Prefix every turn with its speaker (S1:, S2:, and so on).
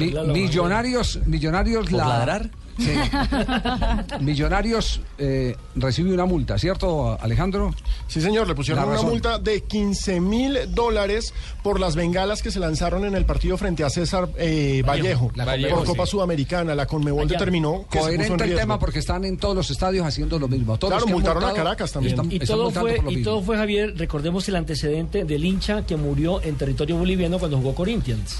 S1: Mi- millonarios, millonarios la-
S2: ladrar?
S1: Sí. millonarios eh, recibe una multa, ¿cierto, Alejandro?
S3: Sí, señor, le pusieron
S1: La
S3: una
S1: razón.
S3: multa de 15 mil dólares por las bengalas que se lanzaron en el partido frente a César eh, Vallejo,
S1: La
S3: por
S1: Conmebol,
S3: Copa
S1: sí.
S3: Sudamericana. La Conmebol determinó que se puso en
S1: Coherente el
S3: riesgo.
S1: tema porque están en todos los estadios haciendo lo mismo. Todos los
S3: Claro,
S1: que han
S3: multaron a
S1: multado
S3: Caracas también.
S1: están-
S4: Y
S1: están
S4: todo,
S1: multando
S4: fue,
S1: por lo
S4: y
S1: mismo.
S4: todo fue, Javier, recordemos el antecedente del hincha que murió en territorio boliviano cuando jugó Corinthians.